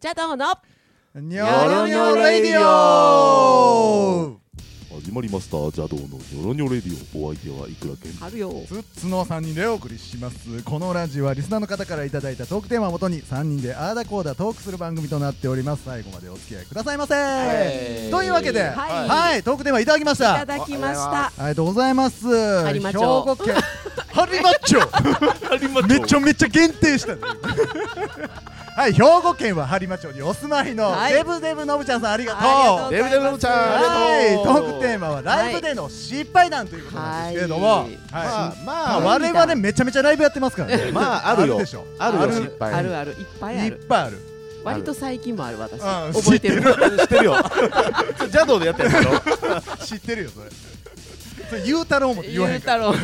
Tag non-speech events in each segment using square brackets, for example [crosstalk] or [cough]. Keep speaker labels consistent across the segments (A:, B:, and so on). A: チャトーの
B: ニ
A: ョロニョレディ
B: オ
C: 始まりました邪道のニョロニョレディオお相手はいくらけん
A: 春よ
B: ツッツの3人でお送りしますこのラジオはリスナーの方からいただいたトークテーマをもとに3人であーだこーだトークする番組となっております最後までお付き合いくださいませ、
D: はい
B: というわけで、は
D: はいい
B: トークテーマいただきまし
A: い
B: た
A: ただきました
B: ありがとうございます
A: リマチ
B: 兵
A: ョ
B: 庫県ハリマッチョめちゃめちゃ限定したねはい兵庫県は播磨町にお住まいの、
A: はい
B: デブデブのぶちゃんさんありがとう
A: ありがとう
D: デブデブのぶちゃん
A: あ
B: は
D: り
B: い、ト
D: がとう
B: ークテーマはライブでの失敗談ということなんですけれども、は
A: はいい
D: まあ
B: まあ、
D: まあ
B: 我々めちゃめちゃライブやって [laughs] ますからね
D: まああるよ
B: でしょ
D: ある
B: あ
D: よ
B: る
D: 失敗
A: あるあるいっぱい
B: い
A: あ
B: っ
A: る
B: ぱいある
A: 割と最近もある私
B: うん
A: 覚えてる
D: 知ってるよ邪道でやってるんだろ
B: 知ってるよそれそれ言うたろうも言わ
A: ゆ
B: へ
A: うん
B: か
A: た
B: ら
A: ろ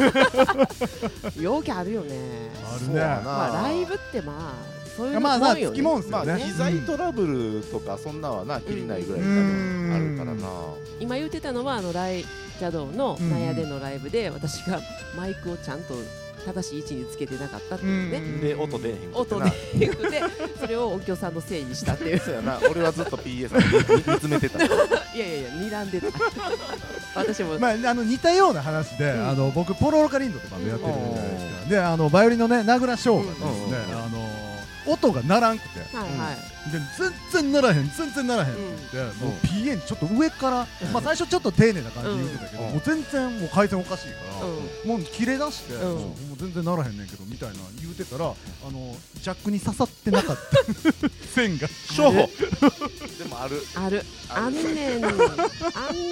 A: う容器あるよね
B: ある
D: そうや
B: ね
D: な
A: まあライブってまあそういう
B: まあまあ
A: もんよ
B: つき
A: ね
B: もんですよ
D: まあ
B: ね、
D: 機材トラブルとかそんなはな切りないぐらいまであるからな
A: 今言ってたのはあのライ邪道の納屋でのライブで私がマイクをちゃんと正しい位置につけてなかったっていうね
D: で音出えへんくてな
A: 音で言ってそれを音響さんのせいに
D: [laughs]
A: したっていう
D: そうやな俺はずっと PA さんに見見つめてた
A: いやいやいや睨んでた私も、
B: まあ、あの似たような話で、
A: うん
B: あの僕ポロロカリンドってバンドやってるじゃないですかであのバイオリンのね名倉翔がですね、
D: うん
B: あの音が鳴らんくてで
A: はいはい、
B: 全然鳴らへん全然鳴らへんって言って、もう PA にちょっと上から、まあ、最初ちょっと丁寧な感じで言ってたけど、
D: うん
B: もう全然もう回線おかしいから、
A: うん
B: もう切れ出して、
A: うん
B: もう全然ならへんねんけどみたいな言うてたらあのジャックに刺さってなかった [laughs] 線が
D: 勝負でもある
A: あるあ
D: あ
A: ん
D: る
A: ねんあん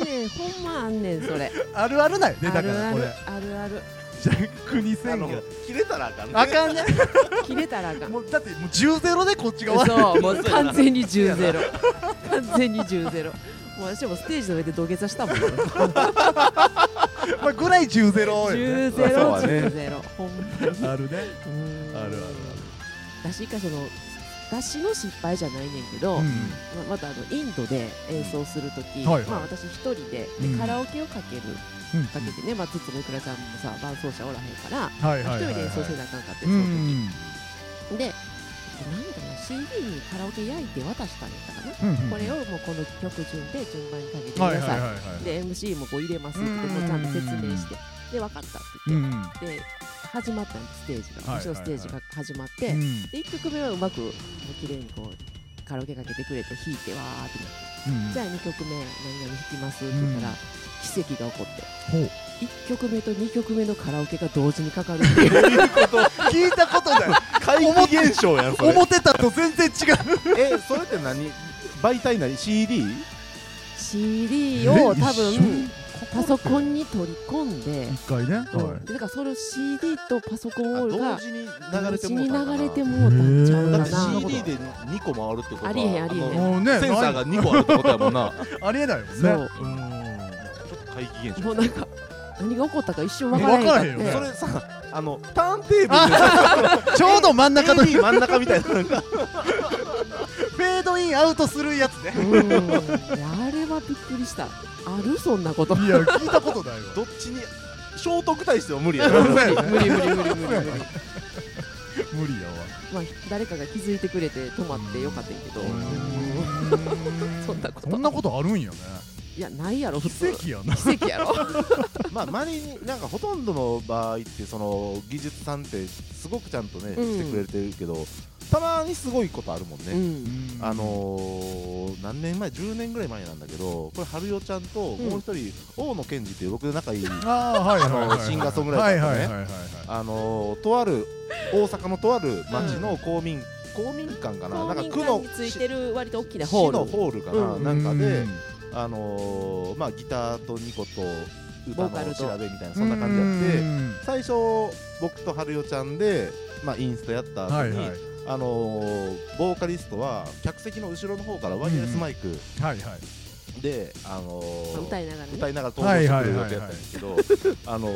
A: ねんほんまあんねんそれ
B: あるあるないで
A: あ
B: だか
A: る
B: ら
A: あ
B: こ
A: る
B: れ
A: あるある
B: ジャックに
D: あ
B: 線が
D: の切れたらあかんね
B: あかんね
A: 切れたらあかん
B: [laughs] もうだってもう10ゼロでこっち [laughs] が悪い
A: そうもう完全に10ゼロ完全に10ゼロもう私もステージの上で土下座したもん、ね、
B: まあぐらい10ゼロよね
A: 10ゼロ
D: そうね
A: 10ゼロほんまに
B: あるね
A: うん
B: あるある
A: 私一回その私の失敗じゃないねんけど、
B: ある
A: ままたあのインドで演奏するとき、
B: はいはい
A: まあ、私一人でで
B: うん
A: カラオケをかける、
B: うん
A: かけてね、まあ、つつもいくらちゃんもさ伴奏者おらへんから
B: はい
A: 一、
B: はいはい
A: 人で演奏せ
B: は
A: なあかんかって、
B: いうん
A: その時で何だろう CD にカラオケ焼いて渡したんやったかな、
B: うん
A: これをもうこの曲順で順番にかけてくだ
B: は
A: さい,、
B: いはいはいは
A: で MC もこう入れますって言って
B: うん
A: もうちゃんと説明してで分かったって
B: いう
A: 言
B: んう
A: っ
B: ん
A: て、で始まったんですステージが
B: はい
A: 私のステージが始まって、
B: うん
A: で1曲目はうまくもう綺麗にこうカラオケかけてくれて弾いてわーってなって
B: うん
A: じゃあ2曲目何々弾きますって言ったら、
B: うん
A: 奇跡が起こって
B: ほう
A: 1曲目と2曲目のカラオケが同時にかかるっていう
B: 聞いたことない
D: 怪奇現象やんそれ
B: 思ってたと全然違う
D: えそれって何媒体何 CD?
A: CD を多
B: 一緒
A: 分
B: に
A: パソコンに取り込んで、
B: 一回ね
A: うんでだからその CD とパソコ
D: あ
A: ン
D: 同
A: が
D: 時に流
A: 同
D: れて
A: 時
D: も
A: に
D: うたんか
A: 流
D: な
A: れてもうたんちゃう
D: だ
A: か
D: って
B: そんな
A: な
B: こと
D: CD で2個回るってことは
A: ありえへんありえへん
D: の
B: もうね
D: センサーが2個あるってことやもんな
B: ありえないもんね
A: そうん
D: 怪奇現
A: もうなんか何が起こったか一瞬分
B: わ
A: から
B: から
A: へ
B: へ
A: ん
B: ん
A: かっ
B: よ
A: て
D: それさあのターンテーブルで
B: ちょうど真ん中のフ
D: AD 真ん中みたいななんか
B: ェードインアウトするやつね
A: うんあれはびっくりしたあるそんなこと
B: いや聞いたことないわ
D: どっちに聖徳太子でも無
A: [laughs]
D: 理や
B: 無
D: ろ
B: 理
A: 無理無理無理無理無理
B: 無理やわ
A: まあ、誰かが気づいてくれて止まってよかったんやけど、そんなこと
B: そんなことあるんやね
A: いやないやろ普
B: 奇
A: 通
B: 跡やな
A: 奇跡やろ
D: まあ周りになんかほとんどの場合ってその技術さんってすごくちゃんとね
A: うん
D: してくれてるけどたまにすごいことあるもん
A: う
D: ね
A: ん
D: あのー何年前10年ぐらい前なんだけどこれ春代ちゃんともう一人大野健二っていう僕で仲いい
B: あーはいはいはいはい
D: あのシンガーソングライターのね
B: はいはいはいはい
D: あのーとある大阪のとある町の公民公民館かな
A: 公
D: なんか
A: 民
D: 区
A: 館
D: の
A: につい
D: 市
A: てる割と大きな
D: 市
A: ホール
D: のホールかな、
A: う
D: なんかで、あのーまあ、ギターとニコと歌
A: ボーカル
D: の
A: と
D: 調べみたいな
B: う
D: そんな感じ
B: う
D: やって
B: ん
D: 最初僕と春代ちゃんで、まあ、インスタやった後に、
B: はいはい
D: あのーボーカリストは客席の後ろの方からワイヤレスマイク
B: はいはい
D: で、あのー
A: 歌いながらね
D: 歌いながら登場してくれるってやったんですけど、あの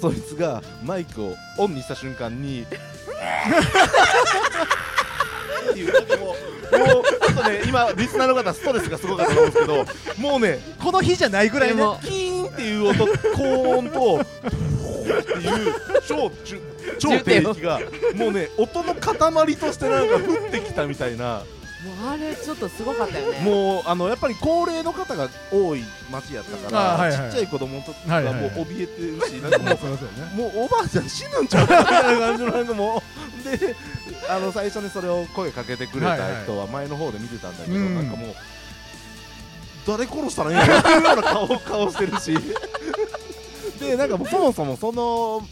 D: そいつがマイクをオンにした瞬
A: [laughs]
D: 間にっていうなんかもうもうちょっとね今リスナーの方ストレスがすごかったと思うんですけどもうね
B: この日じゃないぐらい
A: で
B: ね
A: も
D: キーンっていう音高音とっていう超中超低域がもうね音の塊としてなんか降ってきたみたいな
A: もうあれちょっとすごかったよね
D: もうあのやっぱり高齢の方が多い町やったから、
B: あーはいはい
D: ちっちゃい子供とか
B: は
D: はい
B: はいはい
D: もう怯えてるし、なんかもう
B: そうですよね
D: もうおばあちゃん死ぬんちゃうかみたいな感じのなん
B: [laughs]
D: かもうであの最初にそれを声かけてくれ
B: はいは
D: た
B: い
D: 人は前の方で見てたんだけど、
B: うん
D: なんかもう誰殺したらいいんやろっていうような顔顔してるしでなんかもうそもそもその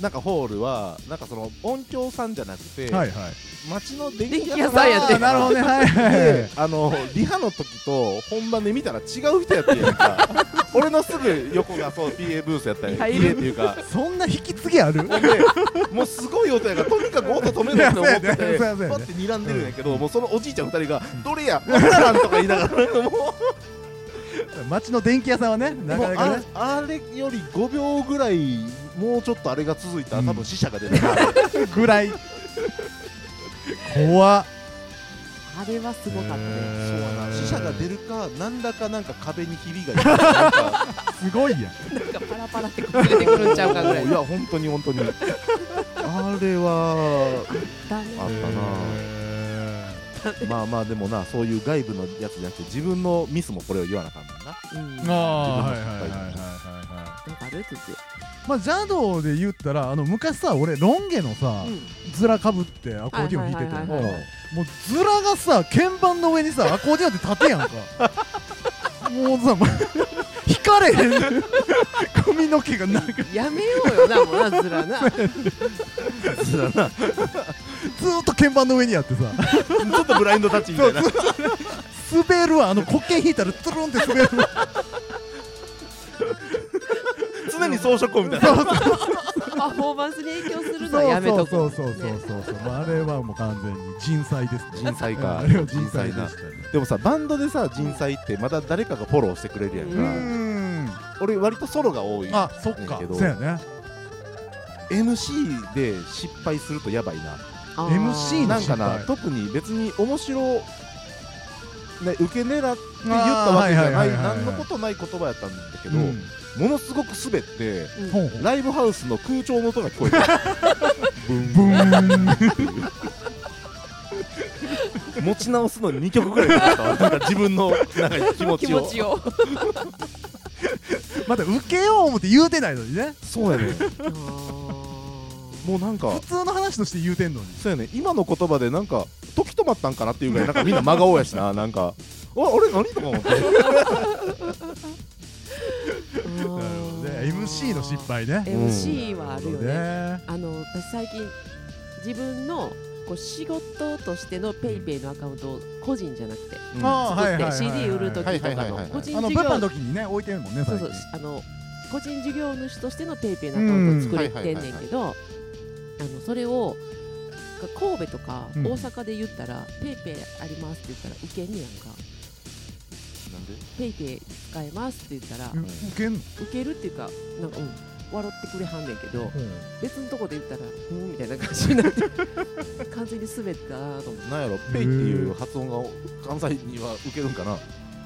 D: なんかホールはなんかその音響さんじゃなくて、
B: はいはい
D: 街の電
A: 電
D: 気
A: 気
D: 屋
A: 屋
D: さ
A: さ
D: ん
A: んやって
B: あなるほどねはいはい
D: であのリハの時と本番で見たら違う人やってるやんか俺のすぐ横がそう PA ブースやったり
A: はい
D: PA っていうか
B: そんな引き継ぎある
D: でもうすごい音やからとにかく音止めないと思って
B: いや
D: て
B: そう
D: パ
B: や
D: ッ
B: そうやそうや
D: て睨んでるんやけど、もうそのおじいちゃん二人が「どれやわからん」とか言いながらなんかもう
B: 町の電気屋さんはねな
D: もう
B: かなか
D: あ
B: ね
D: あれより5秒ぐらいもうちょっとあれが続いたら多分死者が出る、
B: ぐらい怖っ
A: あれはすごかったね
D: そうやな
B: へー
D: 死者が出るか何らかなんか壁にひびが出るかなんか
B: すごいやん
A: なんかパラパラって崩れてくるんちゃうかぐらい
D: いや本当に本当にあれは
A: だ
D: あ
A: ね
B: った
D: まあまあでもなそういう外部のやつじゃなくて自分のミスもこれを言わなあかんもんな
A: うんな
B: な
A: んか
B: あーはい
D: 自
B: はい
D: 分の
B: はい
D: 失敗
B: はいはいは
A: あるつつ
B: いまあ邪道で言ったらあの昔さ俺ロン毛のさズラかぶってアコーディオン弾いて
A: はいはいはい
B: て
A: はい
D: うん [laughs]
B: もうズラがさ鍵盤の上にさアコーディオンって立てやんかもうさもう引かれへん髪の毛がなんか
A: うんやめようよなもうなずらな
B: ずーっと鍵盤の上にあってさ
D: ちょっとブラインドタッチみたいな。
B: 滑るわあの滑稽引いたらトゥルンって滑る
D: 常に装飾をみたいな。
B: そう
A: パフォーマンスに影響するのはやめと
B: そ
A: こ
B: うそうそうそうそうそう、まああれはもう完全に人災ですね
D: 人災か
B: あれは人災でしたね
D: でもさ、バンドでさ、人災ってまだ誰かがフォローしてくれるやん
B: う
A: う
D: か。
B: ーん
D: 俺、割とソロが多い。
B: あそっか
D: けど
B: そうやね
D: MC で失敗するとやばいな。
A: あー
B: MC
D: な
B: の
D: んかな、
B: 失敗
D: 特に別に面白。ね、受け狙って言った
B: あー
D: わけじゃな
B: はいいはいはいはい
D: 何のことない言葉やったんだけど、
B: うん
D: ものすごく滑って
A: うん
B: ほんほん
D: ライブハウスの空調の音が聞こえたブン
B: ブーン [laughs]
D: 持ち直すのに2曲ぐらいかかったわなんか自分のなんか気持
A: 気
D: ちを
A: 持ちを
B: また受けよう思って言うてないのにね
D: そうやね
A: あー
D: もうなんか
B: 普通の話として言うてんのに
D: そうやね今の言葉でなんか時止まったんかなっていうぐらいなんかみんな真顔やしななんかああれ何とか思って
A: あー
B: なるほどね MC の失敗ね
A: MC はあるよね
B: ね
A: あの私最近自分のこう仕事としてのペイペイのアカウントを個人じゃなくて
B: あーはいはい
A: 作
B: は
A: っ
B: い
A: て CD 売る時
D: はい
A: と
D: はい
A: か
D: はい
A: の
D: はい
A: 個人
B: あの
A: 事
B: パパ
A: 業
B: の時にね置いてるもんね
A: そ
B: 最
A: うそ
B: 近
A: うあの個人事業主としてのペイペイのアカウントを作れてんねんけど、あのそれを神戸とか
B: うん
A: 大阪で言ったら、ペイペイありますって言ったら受けんねやんか
D: なんで
A: ペイペイ使えますって言ったら、
B: う受けんの
A: 受けるっていうかなんかうん笑ってくれはんねんけど、別のとこで言ったらうんみたいな感じになって
B: [laughs]
A: 完全に滑ったなと思っ
D: なんやろペイっていう発音が関西には受けるんかな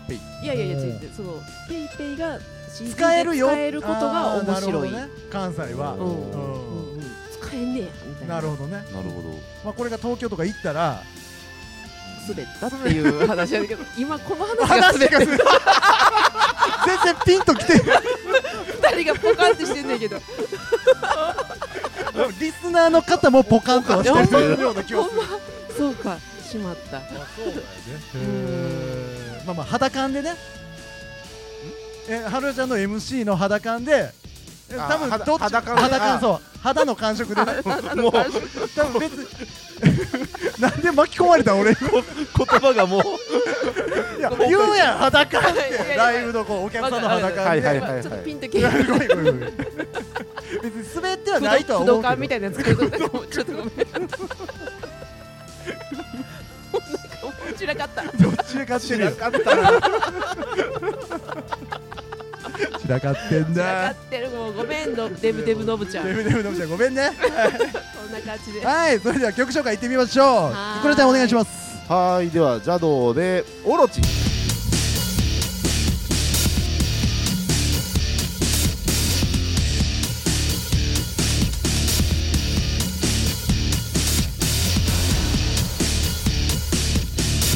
A: ていやいやいや
B: うん
A: 違う違うそのペイペイが CD で
B: 使えるよ
A: 使えることが面白い、
B: あーなるほどね関西は
A: う
D: うん
A: うん
B: う
A: うん使えんねやみたい
B: ん
A: な
B: なるほどね
D: なるほど
B: まあこれが東京とか行ったら
A: 滑ったっていう話だけど今この話が
B: 話
A: 滑
B: が
A: って
B: 全然ピンときてる
A: 二人がポカンってしてんねんけど
B: リスナーの方もポカンとはしてるような気が
A: ほん
B: する
A: まそうかしまった
B: あそうだよねへーまあまあ裸感でねえはるちゃんの MC の裸感でえ
D: あ
B: 多分どっ
D: 肌
B: ち
D: 肌感で
B: 肌感
D: あ
B: そう肌の感触でね
D: もう
B: 多分別に [laughs] なんで巻き込まれた俺い
D: 言葉がもう
B: や言うやん裸感っ
A: いやい
B: て
A: や
B: ライブのこうお客さんの裸感で、
D: はいはいはい
A: ちょっとピンとき
B: い
A: て
B: や [laughs] ごめんごめんごめん別に滑ってはないとは
A: 不
B: 思
A: 動
B: うけ
A: 感
B: ど
A: み [laughs] たいなやつけどちょっとごめんなんかもう [laughs] 散らかった
B: どっちで勝ってるや [laughs] ん
D: かったな
B: 散らかってん
A: 散らか
B: だ
A: ってるもうごめんのデブデブのぶ
B: [laughs]
A: ちゃん
B: デブデブのぶちゃんごめんね
A: こんな感じで
B: はいそれでは曲紹介いってみましょう
A: ーい
B: これちゃんお願いします
D: はーいでは邪道でオロチ
E: 「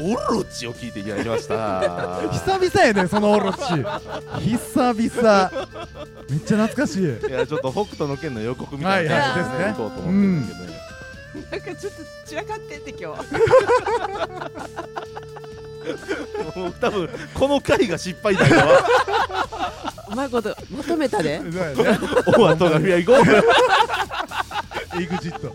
D: オロチを聞いていただきました [laughs]
B: 久々やねそのオロチ久々めっちゃ懐かしい
D: いやちょっと北斗の拳の予告みたいな感じ
A: はい
D: で
A: はい
D: 行こうと思ってるんだけどね、
E: なんかちょっと散らかってって今日
D: もう多分この回が失敗だから
A: うまいことまとめたで
D: おわとがみは行こう
B: エグジット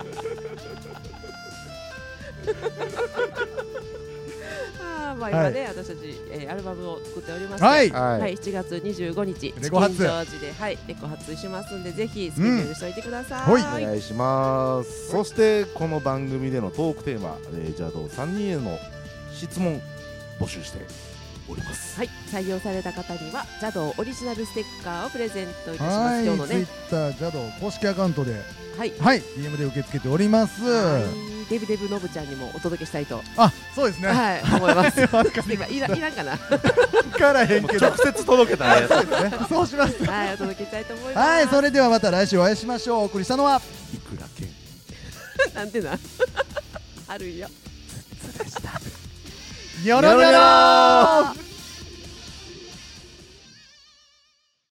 A: あーまあ今ね、私たち、えーアルバムを作っておりまして、
B: はい
A: はい
D: は
A: 7月25日、チキンジ
B: レ
A: ョ
B: コ発
A: ージで、はい、レコ発しますんで、ぜひスケジュールしておいてください。
B: うん
D: お
B: は
D: 願いしますそしてこの番組でのトークテーマレイジャード3人への質問募集しております
A: はい、採用された方には、ジャドーオリジナルステッカーをプレゼントいたしま
B: は
A: す。
B: い
A: 今日の
B: ツイッ
A: ね、
B: タージャド公式アカウントで
A: はい。
B: はい DM で受け付けております
A: はいデブデブノブちゃんにもお届けしたいと、
B: あそうですね
A: はい、
B: [laughs]
A: 思います。
B: わか
A: て
B: りま
A: か、
B: し
A: いら、いらんかな。
B: たからへん
D: も
B: け
D: う
B: ど
D: 直接届けたね
B: そうします
A: はい、お届けしたいと思います。
B: はいそれではまた来週お会いしましょうお送りしたのはい
D: くらけん
A: なん [laughs] てな。あるよ。
B: よろ
D: ろに
B: に
D: ょ
B: ょ
D: ろ
B: ろ
D: ー